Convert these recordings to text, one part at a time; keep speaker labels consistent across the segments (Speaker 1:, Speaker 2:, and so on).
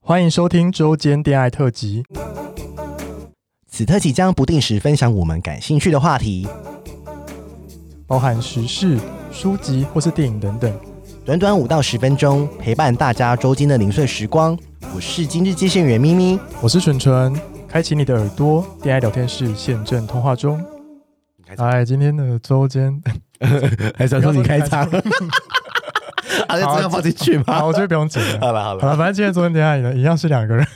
Speaker 1: 欢迎收听周间恋爱特辑。
Speaker 2: 此特辑将不定时分享我们感兴趣的话题，
Speaker 1: 包含时事、书籍或是电影等等。
Speaker 2: 短短五到十分钟，陪伴大家周间的零碎时光。我是今日接线员咪咪。
Speaker 1: 我是纯纯，开启你的耳朵，恋爱聊天室现正通话中。哎，今天的周间，
Speaker 2: 还想
Speaker 1: 说你开场
Speaker 2: 啊， 就这样放进去
Speaker 1: 好，
Speaker 2: 吗？
Speaker 1: 啊我觉得不用剪了。
Speaker 2: 好了好
Speaker 1: 好
Speaker 2: 了，
Speaker 1: 了，反正今天周间恋爱呢，一样是两个人，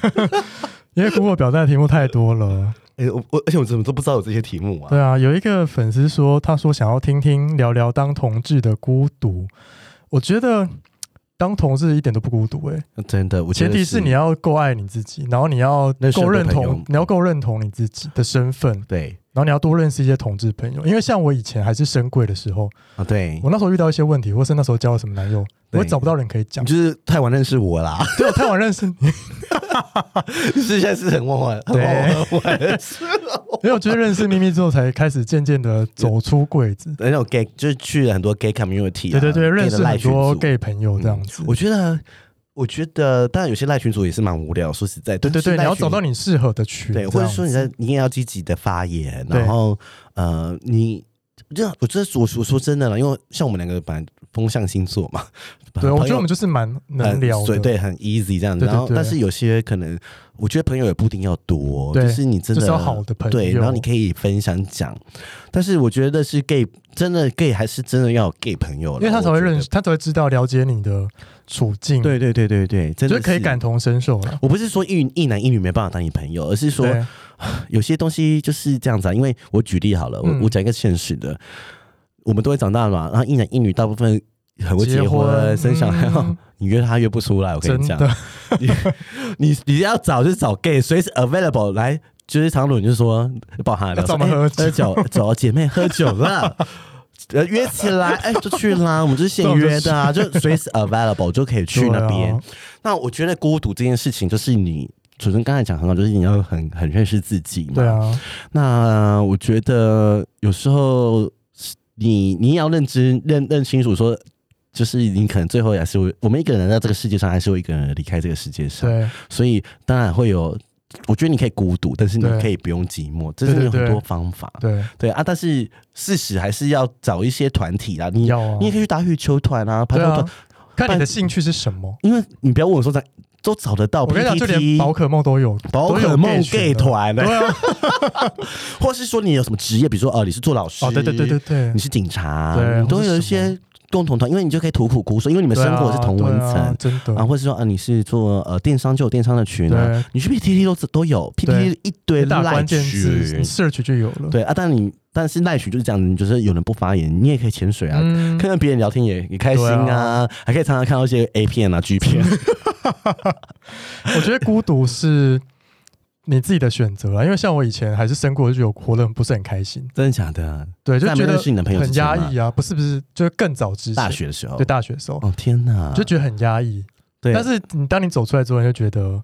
Speaker 1: 因为 Google 表单的题目太多了。
Speaker 2: 哎，我我而且我怎么都不知道有这些题目啊？
Speaker 1: 对啊，有一个粉丝说，他说想要听听聊聊当同志的孤独。我觉得当同志一点都不孤独诶、欸
Speaker 2: 呃真的，我觉
Speaker 1: 前
Speaker 2: 得
Speaker 1: 提是你要够爱你自己，然后你要
Speaker 2: 认识
Speaker 1: 够认
Speaker 2: 很多朋
Speaker 1: 同
Speaker 2: 友，
Speaker 1: 你要够认同你自己的身份，
Speaker 2: 对
Speaker 1: 然后你要多认识一些同志朋友。因为像我以前还是深柜的时候，
Speaker 2: 啊，对，
Speaker 1: 我那时候遇到一些问题，或是那时候交了什么男友，
Speaker 2: 对
Speaker 1: 我找不到人可以讲
Speaker 2: 你，就是太晚认识我啦，
Speaker 1: 对我太晚认识你，
Speaker 2: 是现在是很晚晚，很
Speaker 1: 对
Speaker 2: 晚晚 认识。
Speaker 1: 因为我觉得认识咪咪之后，才开始渐渐的走出柜 子。
Speaker 2: 那种 gay 就是去了很多 gay community，、
Speaker 1: 对
Speaker 2: 啊、
Speaker 1: 对对，认识很多
Speaker 2: gay
Speaker 1: gay
Speaker 2: 的
Speaker 1: 朋友这样子
Speaker 2: 嗯赖群组。我觉得，我觉得，当然有些赖群组也是蛮无聊。说实在，
Speaker 1: 对对对，你
Speaker 2: 但
Speaker 1: 要
Speaker 2: 是赖群
Speaker 1: 找到你适合的群，
Speaker 2: 对，或者说你
Speaker 1: 这样
Speaker 2: 在
Speaker 1: 子
Speaker 2: 你也要积极的发言，
Speaker 1: 对
Speaker 2: 然后呃，你这样，我这我我说真的了，因为像我们两个本来风象星座嘛，
Speaker 1: 对，我觉得我
Speaker 2: 朋友呃
Speaker 1: 们就是蛮能聊
Speaker 2: 很对
Speaker 1: 的，
Speaker 2: 对，很 easy 这样子。
Speaker 1: 对对
Speaker 2: 然后，
Speaker 1: 对
Speaker 2: 但是有些可能，我觉得朋友也不一定要多，
Speaker 1: 对
Speaker 2: 就是你真
Speaker 1: 就
Speaker 2: 的
Speaker 1: 是要好的朋友
Speaker 2: 对，然后你可以分享讲。但是我觉得是 gay，真的 gay 还是真的要有 gay 朋友啦，
Speaker 1: 因为他才
Speaker 2: 我
Speaker 1: 会
Speaker 2: 觉得
Speaker 1: 认识，。他才会知道了解你的处境，，
Speaker 2: 对对对对对，真
Speaker 1: 就
Speaker 2: 的
Speaker 1: 是可以感。同身受了。
Speaker 2: 我不是说一一男一女没办法当你朋友，而是说
Speaker 1: 对
Speaker 2: 有些东西就是这样子啊。因为我举例好了，我、
Speaker 1: 嗯
Speaker 2: 我讲一个现实的，我们都会长大嘛，然后一男一女大部分很会结
Speaker 1: 结婚
Speaker 2: 生小孩，哦
Speaker 1: 嗯
Speaker 2: 你约他约不出来，我跟
Speaker 1: 真
Speaker 2: 你讲，
Speaker 1: 的，
Speaker 2: 你你你要找就找 gay，随时 available 来。就是常伦就说抱他聊
Speaker 1: 要找
Speaker 2: 说
Speaker 1: 我们
Speaker 2: 哎
Speaker 1: 喝酒
Speaker 2: 酒，走，姐妹喝酒了， 呃约起来，哎、就去啦，我们就是现约的啊，就随时 available 就可以去那
Speaker 1: 对
Speaker 2: 边。
Speaker 1: 啊
Speaker 2: 那我觉得孤独这件事情，就是你主持人刚才讲很好，就是你要很很认识自己嘛。
Speaker 1: 对。啊，
Speaker 2: 那我觉得有时候你你也要认知认认清楚说。就是你可能最后也是会，我们一个人在这个世界上，还是会一个人离开这个世界上，
Speaker 1: 对，
Speaker 2: 所以当然会有。我觉得你可以孤独，但是你
Speaker 1: 对
Speaker 2: 可以不用寂寞，这
Speaker 1: 对
Speaker 2: 是有
Speaker 1: 对
Speaker 2: 很多
Speaker 1: 对
Speaker 2: 方法。
Speaker 1: 对，
Speaker 2: 对啊，但是事实还是要找一些团体啦，你、
Speaker 1: 要啊
Speaker 2: 你也可以去打羽球团啊，排
Speaker 1: 对
Speaker 2: 球团
Speaker 1: 啊，，看你的兴趣是什么。
Speaker 2: 因为你不要问我说咱都找得到
Speaker 1: 我跟你讲，就连
Speaker 2: PTT
Speaker 1: 宝可梦都有，
Speaker 2: 宝
Speaker 1: 都有
Speaker 2: 可梦
Speaker 1: gay 群
Speaker 2: gay
Speaker 1: 的，
Speaker 2: 团，
Speaker 1: 对 啊，
Speaker 2: 或是说你有什么职业，比如说哦、你是做老师，
Speaker 1: 哦，对对对对对
Speaker 2: 你，是警察，
Speaker 1: 对
Speaker 2: 你都
Speaker 1: 或是
Speaker 2: 有一
Speaker 1: 什
Speaker 2: 些共同团，因为你就可以吐苦苦说，因为你们
Speaker 1: 对
Speaker 2: 生
Speaker 1: 啊
Speaker 2: 活是同温层
Speaker 1: 对啊真
Speaker 2: 啊，
Speaker 1: 的，
Speaker 2: 或是说啊，你是做呃电商就有电商的群啊
Speaker 1: 对，
Speaker 2: 你去 PTT 都都有
Speaker 1: 对
Speaker 2: ，PTT 一堆
Speaker 1: 打
Speaker 2: 赖
Speaker 1: 关键字
Speaker 2: 群，
Speaker 1: search 就有了。
Speaker 2: 对啊，但你但是赖群就是这样子，你就是有人不发言，你也可以潜水啊，
Speaker 1: 嗯，
Speaker 2: 看到别人聊天也也开心
Speaker 1: 对
Speaker 2: 啊，还可以常常看到一些 A 片啊、G 片，
Speaker 1: 我觉得孤独是你自己的选择啦，啊因为像我以前还是生过，就有活得很不是很开心，
Speaker 2: 真的假的？
Speaker 1: 对，就
Speaker 2: 在没
Speaker 1: 觉得
Speaker 2: 认识你男朋友之
Speaker 1: 很
Speaker 2: 前吗
Speaker 1: 压抑啊，不是不是，就是更早之前
Speaker 2: 大学的时候
Speaker 1: 对，大学的时候，
Speaker 2: 哦天哪，
Speaker 1: 就觉得很压抑。
Speaker 2: 对，
Speaker 1: 但是你当你走出来之后，你就觉得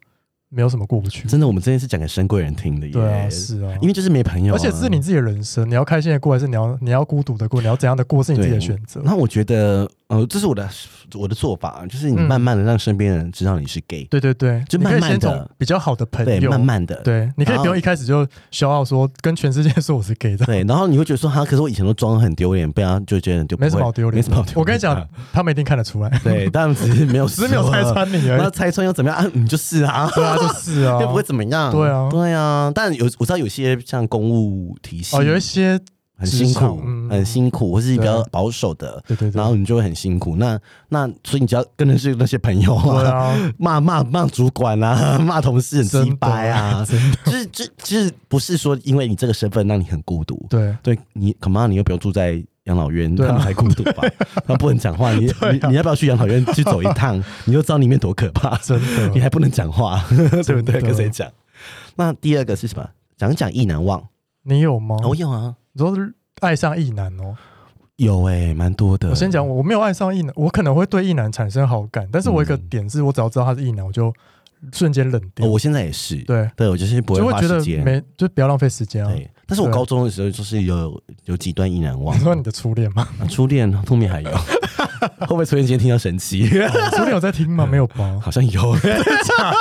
Speaker 1: 没有什么过不去。
Speaker 2: 真的，我们这件事讲给深贵人听的耶，
Speaker 1: 对啊，是啊，
Speaker 2: 因为就是没朋友啊，
Speaker 1: 而且这是你自己的人生，你要开心的过，还是你要你要孤独的过，你要怎样的过是你自己的选择。
Speaker 2: 那我觉得，呃，这是我的我的做法，就是你
Speaker 1: 嗯
Speaker 2: 慢慢的让身边的人知道你是 gay，、
Speaker 1: 对对对，
Speaker 2: 就
Speaker 1: 你可以
Speaker 2: 慢慢
Speaker 1: 先从
Speaker 2: 地
Speaker 1: 比较好的朋
Speaker 2: 对，
Speaker 1: 友，
Speaker 2: 慢慢的，
Speaker 1: 嗯对，你可以不
Speaker 2: 然后
Speaker 1: 用一开始就骄傲说跟全世界说我是 gay 的，
Speaker 2: 对，然后你会觉得说，哈，可是我以前都装得很丢脸，被他就觉得很丢，
Speaker 1: 没什么好丢脸的。
Speaker 2: 没什么好丢脸。
Speaker 1: 我跟你讲，，他们一定看得出来，
Speaker 2: 对，但只是没有
Speaker 1: 只是没有
Speaker 2: 说
Speaker 1: 拆，穿 你而
Speaker 2: 那
Speaker 1: 已。
Speaker 2: 拆穿又怎么样？啊，你就是啊。
Speaker 1: 对啊，就是啊
Speaker 2: 又，不会怎么样，
Speaker 1: 对啊
Speaker 2: 对啊，但有我知道有些像公务体系，
Speaker 1: 哦，有一些
Speaker 2: 很辛
Speaker 1: 职场
Speaker 2: 苦，
Speaker 1: 嗯
Speaker 2: 很辛苦，或是比
Speaker 1: 对
Speaker 2: 较保守的，
Speaker 1: 对对对
Speaker 2: 然，后你就会很辛苦。那那所以你只要跟的是那些朋友
Speaker 1: 对
Speaker 2: 啊，
Speaker 1: 啊，
Speaker 2: 骂骂骂主管啊， 骂同事很
Speaker 1: 真
Speaker 2: 鸡
Speaker 1: 的
Speaker 2: 掰啊，
Speaker 1: 真的
Speaker 2: 就是就就是不是说因为你这个身份让你很孤独，
Speaker 1: 对。
Speaker 2: 对你恐怕你又不用住在养老院，
Speaker 1: 对啊
Speaker 2: 他们还孤独吧？ 他不能讲话，你、
Speaker 1: 对啊
Speaker 2: 你你要不要去养老院去走一 趟？你就知道里面多可怕，
Speaker 1: 真的
Speaker 2: 你还不能讲话，对不
Speaker 1: 真的
Speaker 2: 对？跟谁讲？那第二个是什么？讲讲意难忘，
Speaker 1: 你有吗？
Speaker 2: 哦我有啊，
Speaker 1: 你说爱上异男哦。
Speaker 2: 有哎、
Speaker 1: 欸
Speaker 2: 蛮多的。
Speaker 1: 我先讲，我我没有爱上异男，我可能会对异男产生好感，但是我有一个
Speaker 2: 嗯
Speaker 1: 点是我只要知道他是异男，我就瞬间冷
Speaker 2: 哦，
Speaker 1: 掉。
Speaker 2: 我现在也是，
Speaker 1: 对，
Speaker 2: 对我就是不会
Speaker 1: 就会
Speaker 2: 花
Speaker 1: 觉得
Speaker 2: 时间，
Speaker 1: 没，就不要浪费时间啊。
Speaker 2: 对，但是我
Speaker 1: 对
Speaker 2: 高中的时候就是有有几段意难忘
Speaker 1: 你，说你的初恋吗？
Speaker 2: 啊初恋后面还有， 会不会昨天今天听到神奇？
Speaker 1: 昨天有在听
Speaker 2: 嗯
Speaker 1: 吗？没有吧？
Speaker 2: 好像 有，真的假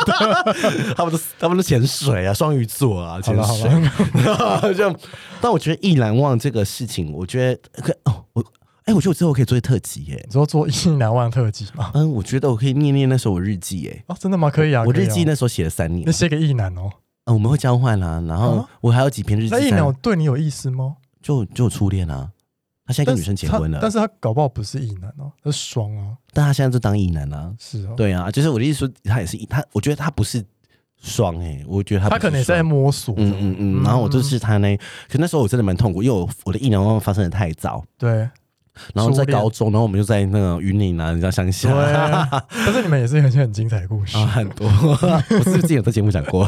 Speaker 2: 的？他们都他们都潜水啊，双鱼座啊，
Speaker 1: 好
Speaker 2: 潜
Speaker 1: 了好
Speaker 2: 水。
Speaker 1: 了，
Speaker 2: 就，但我觉得意难忘这个事情，我觉得可哦，我哎、我觉得我之后可以做一特辑耶。
Speaker 1: 你说做意难忘特辑吗？
Speaker 2: 嗯，我觉得我可以念念那时候我日记耶。
Speaker 1: 啊，真的吗？可以啊，
Speaker 2: 我
Speaker 1: 可以
Speaker 2: 日
Speaker 1: 啊
Speaker 2: 记那时候写了三年
Speaker 1: 那，写个意难哦。
Speaker 2: 嗯，我们会交换啊，然后
Speaker 1: 啊
Speaker 2: 我还有几篇日记
Speaker 1: 那意
Speaker 2: 在，
Speaker 1: 难对你有意思吗？
Speaker 2: 就就初恋啊。他现在
Speaker 1: 但
Speaker 2: 跟女
Speaker 1: 是
Speaker 2: 生结
Speaker 1: 他
Speaker 2: 婚了，
Speaker 1: 但
Speaker 2: 但
Speaker 1: 是他搞不好不是意难哦，他是双啊，
Speaker 2: 他现在就当异男啊。
Speaker 1: 是啊，
Speaker 2: 对啊，就是我的意思说，他也是异他，我觉得他不是双哎、我觉得他
Speaker 1: 他
Speaker 2: 他
Speaker 1: 可能也在摸索的，
Speaker 2: 嗯嗯嗯，然后我就是他呢，可那时候我真的蛮痛苦，因为我我的意难忘发生的太早，
Speaker 1: 对
Speaker 2: 然后在
Speaker 1: 初恋
Speaker 2: 高中，然后我们就在那个云林啊，你知道乡
Speaker 1: 对
Speaker 2: 下，
Speaker 1: 但是你们也是很很精彩的故事
Speaker 2: 啊，，很多，我是不是之前有在节目讲 过？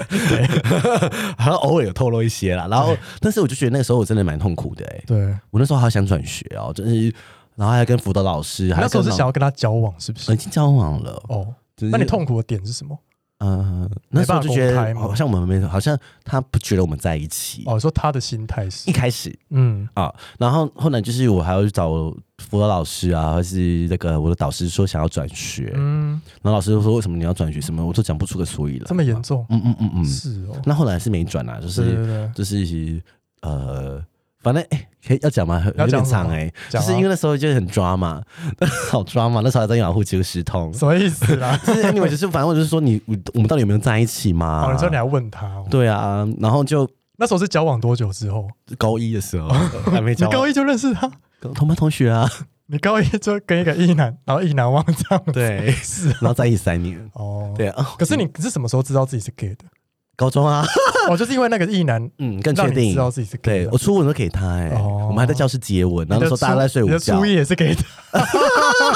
Speaker 2: 好像偶尔有透露一些啦。然后，但是我就觉得那个时候我真的蛮痛苦的、欸，
Speaker 1: 对，
Speaker 2: 我那时候好想转学哦、就是，然后还跟辅导老师，还
Speaker 1: 那时候是
Speaker 2: 跟老
Speaker 1: 想要跟他交往，是不是
Speaker 2: 已？经交往了。
Speaker 1: 哦，
Speaker 2: 就是
Speaker 1: 那你，痛苦的点是什么？
Speaker 2: 嗯、那时候就觉
Speaker 1: 没办法
Speaker 2: 得
Speaker 1: 公开吗
Speaker 2: 好像我们没，好像他不觉得我们在一起。
Speaker 1: 哦，说他的心态是
Speaker 2: 嗯一，开始
Speaker 1: 嗯，
Speaker 2: 啊，然后后来就是我还要去找辅导老师啊，或是那个我的导师说想要转学，
Speaker 1: 嗯，
Speaker 2: 然后老师就说为什么你要转学什么，我都讲不出个所以来。
Speaker 1: 这么严重，
Speaker 2: 嗯嗯嗯嗯，
Speaker 1: 是哦，
Speaker 2: 那后来是没转啊啦，就
Speaker 1: 对
Speaker 2: 是
Speaker 1: 对对，
Speaker 2: 就是呃，反正哎、可以要讲吗？
Speaker 1: 要
Speaker 2: 有
Speaker 1: 讲什
Speaker 2: 点
Speaker 1: 么
Speaker 2: 长哎、就
Speaker 1: 讲啊
Speaker 2: 是因为那时候就很抓嘛， 好抓嘛，那时候还在雅虎即时 通。
Speaker 1: 什么意思 啦？
Speaker 2: 就是 anyway，就是反正我就是说你我我们到底有没有在一起嘛？
Speaker 1: 哦，你说你还问他哦，
Speaker 2: 啊 对啊，然后就
Speaker 1: 那时候是交往多久之后？
Speaker 2: 高一的 时候还没
Speaker 1: 你
Speaker 2: 交往，
Speaker 1: 高一就认识他，
Speaker 2: 同班同学啊，
Speaker 1: 你高一就跟一个异男，然后异男忘这样，，
Speaker 2: 对，
Speaker 1: 是啊
Speaker 2: 然后在一起三年，
Speaker 1: 哦，。
Speaker 2: 对啊，
Speaker 1: 可是你是什么时候知道自己是 gay 的？
Speaker 2: 高中啊，
Speaker 1: 哦，就是因为那个异男
Speaker 2: 嗯，更确
Speaker 1: 让你
Speaker 2: 定
Speaker 1: 知，道自己是 gay
Speaker 2: 对
Speaker 1: 的
Speaker 2: 我。初吻都给他哎、
Speaker 1: 哦
Speaker 2: 我们还在教室接吻，然后那时候大家都在睡
Speaker 1: 你
Speaker 2: 午
Speaker 1: 的
Speaker 2: 觉
Speaker 1: 初，夜也是 gay 的，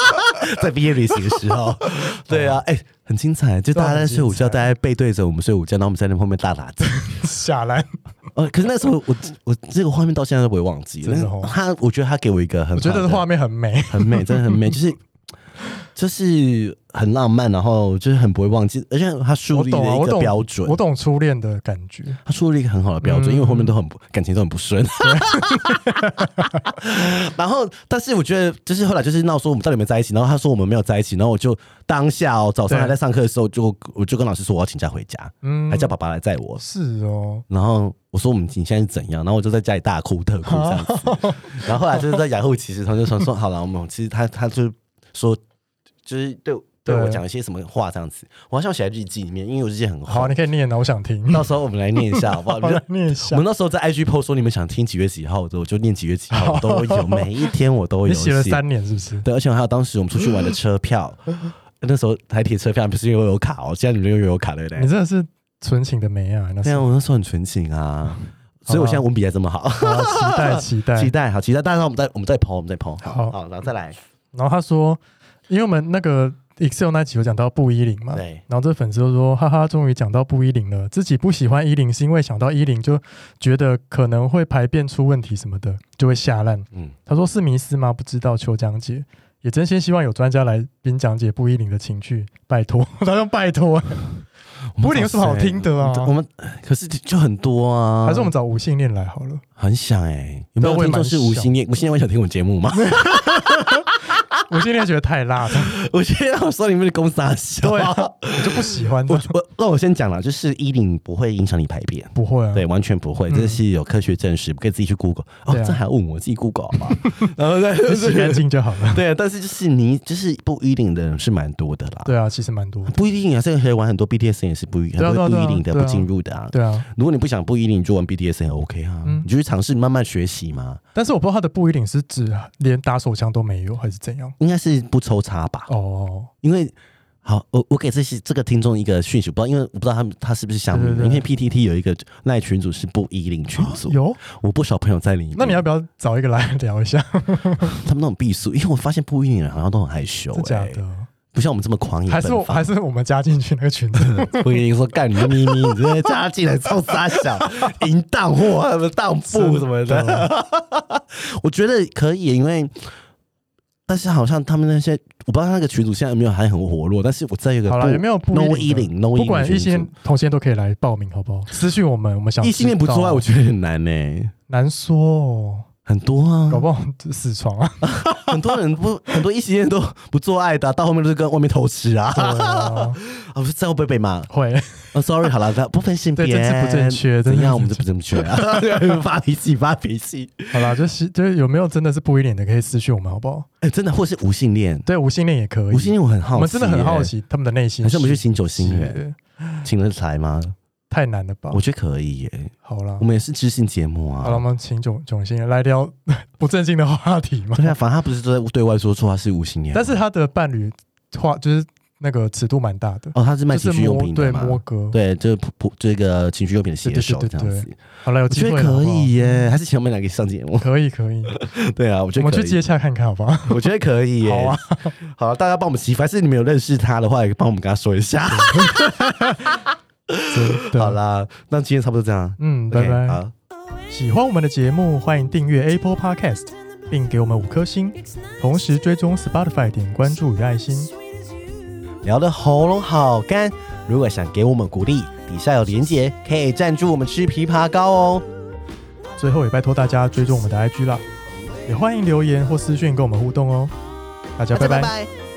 Speaker 2: 在毕业旅行的时候，对
Speaker 1: 哦
Speaker 2: 啊，哎、很精彩，就大家在睡午
Speaker 1: 这
Speaker 2: 觉，大家背对着我们睡午觉，然后我们在那后面 大打字。
Speaker 1: 下 来，
Speaker 2: 呃，可是那时候我我这个画面到现在都不会忘记。
Speaker 1: 真的哦
Speaker 2: 那他我觉得他给我一个很
Speaker 1: 我觉
Speaker 2: 好
Speaker 1: 得
Speaker 2: 的
Speaker 1: 画面很 美。
Speaker 2: 很美，真的很 美，就是就是很浪漫，然后就是很不会忘记，而且他树
Speaker 1: 我
Speaker 2: 立了
Speaker 1: 懂啊，
Speaker 2: 一
Speaker 1: 我
Speaker 2: 个
Speaker 1: 懂
Speaker 2: 标准
Speaker 1: 我，懂初恋的感觉。
Speaker 2: 他树立了一个很好的标准，
Speaker 1: 嗯
Speaker 2: 因为我后面都很不感情都很 不顺。然后，但是我觉得就是后来就是闹说我们到底有没有在一起，然后他说我们没有在一起，然后我就当下哦早上
Speaker 1: 对
Speaker 2: 还在上课的时候就我就跟老师说我要请假回家，
Speaker 1: 嗯
Speaker 2: 还叫爸爸来载我。
Speaker 1: 是哦，
Speaker 2: 然后我说我们你现在是怎样？然后我就在家里大哭特哭这样子。 然后后来就是在雅虎其实他就说说好了，我们其实他他就说就是对对
Speaker 1: 对
Speaker 2: 我讲一些什么话这样子。我好像写在日记里面，因为我日记很
Speaker 1: 好，
Speaker 2: 厚
Speaker 1: 你。可以念啊，我想 听。
Speaker 2: 到时候我们来念一 下好不好？
Speaker 1: 好
Speaker 2: 你就
Speaker 1: 来念一
Speaker 2: 我
Speaker 1: 下
Speaker 2: 们。那时候在 IG PO 说你们想听几月几 号的，我就念几月几号，我都有，每一天我都有
Speaker 1: 你写了三年是不是？
Speaker 2: 对，而且我还有当时我们出去玩的车 票，那时候台铁车票不是又有卡哦，现在你们又有卡对不
Speaker 1: 你
Speaker 2: 对？
Speaker 1: 真的是纯情的美啊！那是
Speaker 2: 对啊，我那时候很纯情啊，所以我现在文笔还这么好，
Speaker 1: 好啊期待 期待
Speaker 2: 期。待好期待，但是我们再我们再 PO 我们再 PO
Speaker 1: 哎好
Speaker 2: 好，然后再来，
Speaker 1: 然后他说，因为我们那个 Excel 那集有讲到布依林嘛，
Speaker 2: 对
Speaker 1: 然后这粉丝就说：“哈哈，终于讲到布依林了。自己不喜欢依林，是因为想到依林就觉得可能会排便出问题什么的，就会下烂。”
Speaker 2: 嗯，
Speaker 1: 他说：“是迷思吗？不知道。”求讲解，也真心希望有专家来宾讲解布依林的情绪，拜托。 他说：“拜托，布依林有什么好听的啊？
Speaker 2: 我们可是就很多啊，
Speaker 1: 还是我们找无性恋来好 了。
Speaker 2: 很想哎，有没有
Speaker 1: 都会
Speaker 2: 听众
Speaker 1: 蛮
Speaker 2: 是无
Speaker 1: 想
Speaker 2: 心恋？无心恋会想听我节 目吗？
Speaker 1: 无性恋觉得太辣了，
Speaker 2: 我觉得我说你们的公司啊，笑
Speaker 1: 对啊，我就不喜欢这
Speaker 2: 我
Speaker 1: 样。
Speaker 2: 我那我先讲了，就是衣领不会影响你排便，
Speaker 1: 不会啊，
Speaker 2: 对，完全不会，这是有科学证实，可以自己去 Google。哦，
Speaker 1: 对啊
Speaker 2: 这还要问我自己 Google 好 吗？然后对
Speaker 1: 你洗 干净就好了。
Speaker 2: 对啊，但是就是你就是不衣领的人是蛮多的啦，
Speaker 1: 对啊，其实蛮多的。
Speaker 2: 不一定啊，这个可以玩很多 BDSM 也是不一很
Speaker 1: 对啊
Speaker 2: 多
Speaker 1: 对
Speaker 2: 不
Speaker 1: 啊
Speaker 2: 衣领的
Speaker 1: 对
Speaker 2: 不
Speaker 1: 啊
Speaker 2: 进入的啊。
Speaker 1: 对啊，
Speaker 2: 如果你不想不衣领，你就玩 BDSM 也 OK 啊，
Speaker 1: 嗯
Speaker 2: 你就去尝试慢慢学习嘛，
Speaker 1: 但是我不知道他的布依林是指连打手枪都没有，还是怎样？
Speaker 2: 应该是不抽插吧，
Speaker 1: 哦，
Speaker 2: 因为。好，我我给这些这个听众一个讯息，我不知道，因为我不知道他们他是不是想
Speaker 1: 对对对
Speaker 2: 因为 PTT 有一个赖群组是不衣领群组，
Speaker 1: 有？
Speaker 2: 我不少朋友在里面。
Speaker 1: 那你要不要找一个来聊一下？
Speaker 2: 他们那种避暑，因为我发现不衣人好像都很害羞、
Speaker 1: 真假
Speaker 2: 欸，
Speaker 1: 的？
Speaker 2: 不像我们这么狂野
Speaker 1: 还是我
Speaker 2: 奔
Speaker 1: 还
Speaker 2: 放。
Speaker 1: 是我们加进去那个群组？
Speaker 2: 不一定说干你的咪咪，你直接叫他进来冲傻小 淫荡货、什么荡妇什么
Speaker 1: 真
Speaker 2: 的，
Speaker 1: 的？
Speaker 2: 我觉得可以，因为但是好像他们那些我不知道那个群主现在有没有还很活络，但是我在一个
Speaker 1: 好
Speaker 2: 不
Speaker 1: 了，有没有不
Speaker 2: no
Speaker 1: 一
Speaker 2: 衣
Speaker 1: 定的
Speaker 2: 领 no 衣
Speaker 1: 不管
Speaker 2: 领
Speaker 1: 异性
Speaker 2: 群
Speaker 1: 恋
Speaker 2: 组？、
Speaker 1: 同性恋都可以来报名，好不好？私讯我们，我们想
Speaker 2: 异性恋不
Speaker 1: 知道
Speaker 2: 之外，我觉得很难呢、
Speaker 1: 难说哦。
Speaker 2: 欸很多啊，
Speaker 1: 搞不好死床 啊，
Speaker 2: 很多人不，很多异性恋都不做爱的啊、到后面都是跟外面偷吃啊。
Speaker 1: 对 啊，
Speaker 2: 啊，不是这样会不会被骂？
Speaker 1: 会，
Speaker 2: 哦，sorry，好了，那不分性别，
Speaker 1: 对政治不正确
Speaker 2: 怎
Speaker 1: 政治
Speaker 2: 样？我
Speaker 1: 不
Speaker 2: 们
Speaker 1: 正
Speaker 2: 就不正确啊， 发脾气，发脾气。
Speaker 1: 好啦，就是就是有没有真的是不一脸的，可以私讯我们好不好？
Speaker 2: 哎、真的，或是无性恋，
Speaker 1: 对，无性恋也可以，
Speaker 2: 无性恋我很好奇、
Speaker 1: 我们真的很好，奇他们的内心
Speaker 2: 还
Speaker 1: 世界，
Speaker 2: 是我们去请九星人，
Speaker 1: 是
Speaker 2: 请得来吗？
Speaker 1: 太难了吧
Speaker 2: 我？觉得可以耶、
Speaker 1: 好啦
Speaker 2: 我，们也是知性节目
Speaker 1: 好了，我
Speaker 2: 啊。
Speaker 1: 们请囧囧星人来聊 不正经的话题嘛。
Speaker 2: 对啊，反正他不是都在对外说出他是无性恋，
Speaker 1: 但是他的伴侣话就是那个尺度蛮大的，
Speaker 2: 哦，他是卖
Speaker 1: 就
Speaker 2: 情
Speaker 1: 是
Speaker 2: 趣用
Speaker 1: 摸
Speaker 2: 品的
Speaker 1: 对
Speaker 2: 嘛？
Speaker 1: 摸哥。
Speaker 2: 对，就是普普这个情趣用品的写手
Speaker 1: 对对
Speaker 2: 这
Speaker 1: 对对
Speaker 2: 样子，
Speaker 1: 好了，有
Speaker 2: 我
Speaker 1: 机
Speaker 2: 觉
Speaker 1: 会
Speaker 2: 得
Speaker 1: 了
Speaker 2: 可以，耶，还是请我们两个上节目
Speaker 1: 好 不好？可以可以，
Speaker 2: 对啊，我觉
Speaker 1: 我们
Speaker 2: 得可
Speaker 1: 去接
Speaker 2: 以，
Speaker 1: 洽看看好不 好？
Speaker 2: 我觉得可以耶。
Speaker 1: 好啊，
Speaker 2: 好啊，大家帮我们祈福，还是你们有认识他的话，也帮我们跟他说一下。
Speaker 1: 真的
Speaker 2: 好，啦，那今天差不多这样，
Speaker 1: 嗯，拜
Speaker 2: OK，
Speaker 1: 拜。
Speaker 2: 好
Speaker 1: 喜欢我们的节目，欢迎订阅 Apple Podcast，并给我们五颗星，同时追踪 Spotify 点关注与爱心。
Speaker 2: 聊的喉咙好干。如果想给我们鼓励，底下有连结，可以赞助我们吃枇杷膏哦。
Speaker 1: 最后也拜托大家追踪我们的 IG 啦，也欢迎留言或私讯跟我们互动哦。大家
Speaker 2: 大家
Speaker 1: 拜拜
Speaker 2: 拜。